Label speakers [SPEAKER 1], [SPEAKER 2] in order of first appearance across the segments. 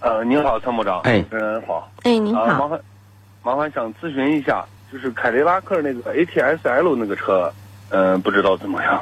[SPEAKER 1] 呃，您好，参谋长，
[SPEAKER 2] 哎
[SPEAKER 1] 主持人好，
[SPEAKER 3] 哎，您
[SPEAKER 1] 啊、麻
[SPEAKER 3] 好，
[SPEAKER 1] 烦，麻烦想咨询一下，就是凯迪拉克那个 ATS-L 那个车，嗯、不知道怎么样？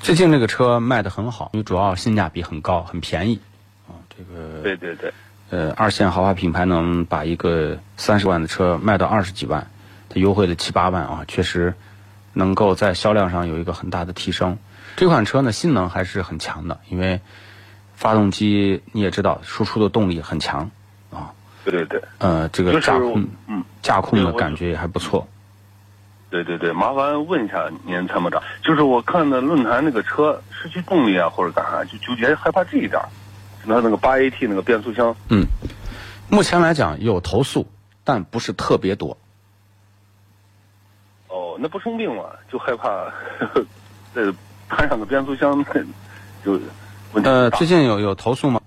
[SPEAKER 2] 最近这个车卖的很好，因为主要性价比很高，很便宜啊、这个
[SPEAKER 1] 对对对，
[SPEAKER 2] 呃，二线豪华品牌能把一个三十万的车卖到二十几万，它优惠了七八万啊，确实能够在销量上有一个很大的提升。这款车呢，性能还是很强的，因为发动机你也知道，输出的动力很强，
[SPEAKER 1] 对对对，
[SPEAKER 2] 呃，这
[SPEAKER 1] 就
[SPEAKER 2] 个
[SPEAKER 1] 是
[SPEAKER 2] 驾
[SPEAKER 1] 我
[SPEAKER 2] 控
[SPEAKER 1] 嗯，
[SPEAKER 2] 驾控
[SPEAKER 1] 对
[SPEAKER 2] 的
[SPEAKER 1] 我
[SPEAKER 2] 感觉也还不错。
[SPEAKER 1] 对对对，麻烦问一下您参谋长，就是我看的论坛那个车失去动力啊或者干啥，就纠结害怕这一点儿，它那个八 AT 那个变速箱，
[SPEAKER 2] 目前来讲有投诉，但不是特别多。
[SPEAKER 1] 哦，那不生病吗？就害怕， 呵呵呃，摊上个变速箱，那就问题
[SPEAKER 2] 呃，
[SPEAKER 1] 大
[SPEAKER 2] 最近有有投诉吗？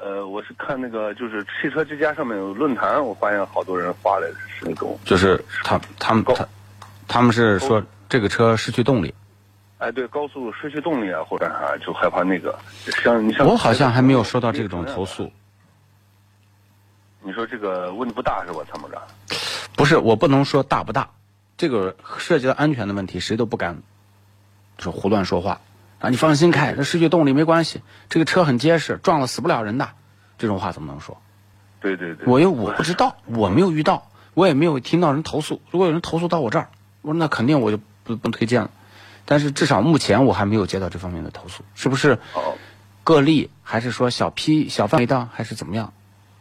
[SPEAKER 1] 呃，我是看那个就是汽车之家上面有论坛，我发现好多人发的是那种，
[SPEAKER 2] 就是他他们
[SPEAKER 1] 高
[SPEAKER 2] 他他们是说这个车失去动力，
[SPEAKER 1] 哎，对，高速失去动力啊，或者啥，就害怕那个。像你像
[SPEAKER 2] 我好像还没有收到这种投诉。。
[SPEAKER 1] 啊你说这个问题不大是吧，参谋长？
[SPEAKER 2] 不是，我不能说大不大，这个涉及到安全的问题，谁都不敢说胡乱说话啊！你放心开，这失去动力没关系，这个车很结实，撞了死不了人的，这种话怎么能说？
[SPEAKER 1] 对对对，
[SPEAKER 2] 我又我不知道，我没有遇到，我也没有听到人投诉。如果有人投诉到我这儿，我说那肯定我就不不推荐了。但是至少目前我还没有接到这方面的投诉，是不是
[SPEAKER 1] 哦
[SPEAKER 2] 个例，还是说小批小范围的，还是怎么样？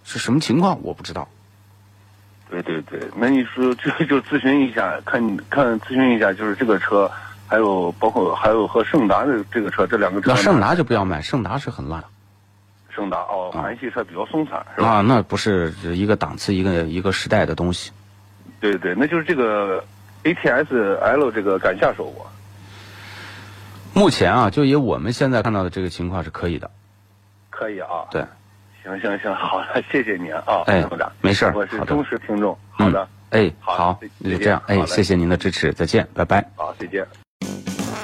[SPEAKER 2] 是什么情况我不知道。
[SPEAKER 1] 对对对，那你说就就咨询一下，看看咨询一下，就是这个车，还有包括还有和胜达的这个车，这两个车
[SPEAKER 2] 那
[SPEAKER 1] 呢，
[SPEAKER 2] 啊胜达就不要买，胜达是很烂
[SPEAKER 1] 胜达哦，韩系车比较松散是吧？
[SPEAKER 2] 啊，那不是一个档次、一个一个时代的东西。
[SPEAKER 1] 对对，那就是这个 ATS-L 这个敢下手不？
[SPEAKER 2] 目前啊，就以我们现在看到的这个情况是可以的。
[SPEAKER 1] 可以啊，
[SPEAKER 2] 对，
[SPEAKER 1] 行行行，好的，谢谢您啊，
[SPEAKER 2] 哎
[SPEAKER 1] 参谋长，
[SPEAKER 2] 没事儿
[SPEAKER 1] 我是
[SPEAKER 2] 好的
[SPEAKER 1] 忠实听众，好的，
[SPEAKER 2] 哎，
[SPEAKER 1] 好
[SPEAKER 2] 好
[SPEAKER 1] 再见，
[SPEAKER 2] 那就这样，哎
[SPEAKER 1] 好，嘞
[SPEAKER 2] 谢谢您的支持，再见，拜拜。
[SPEAKER 1] 好，再见。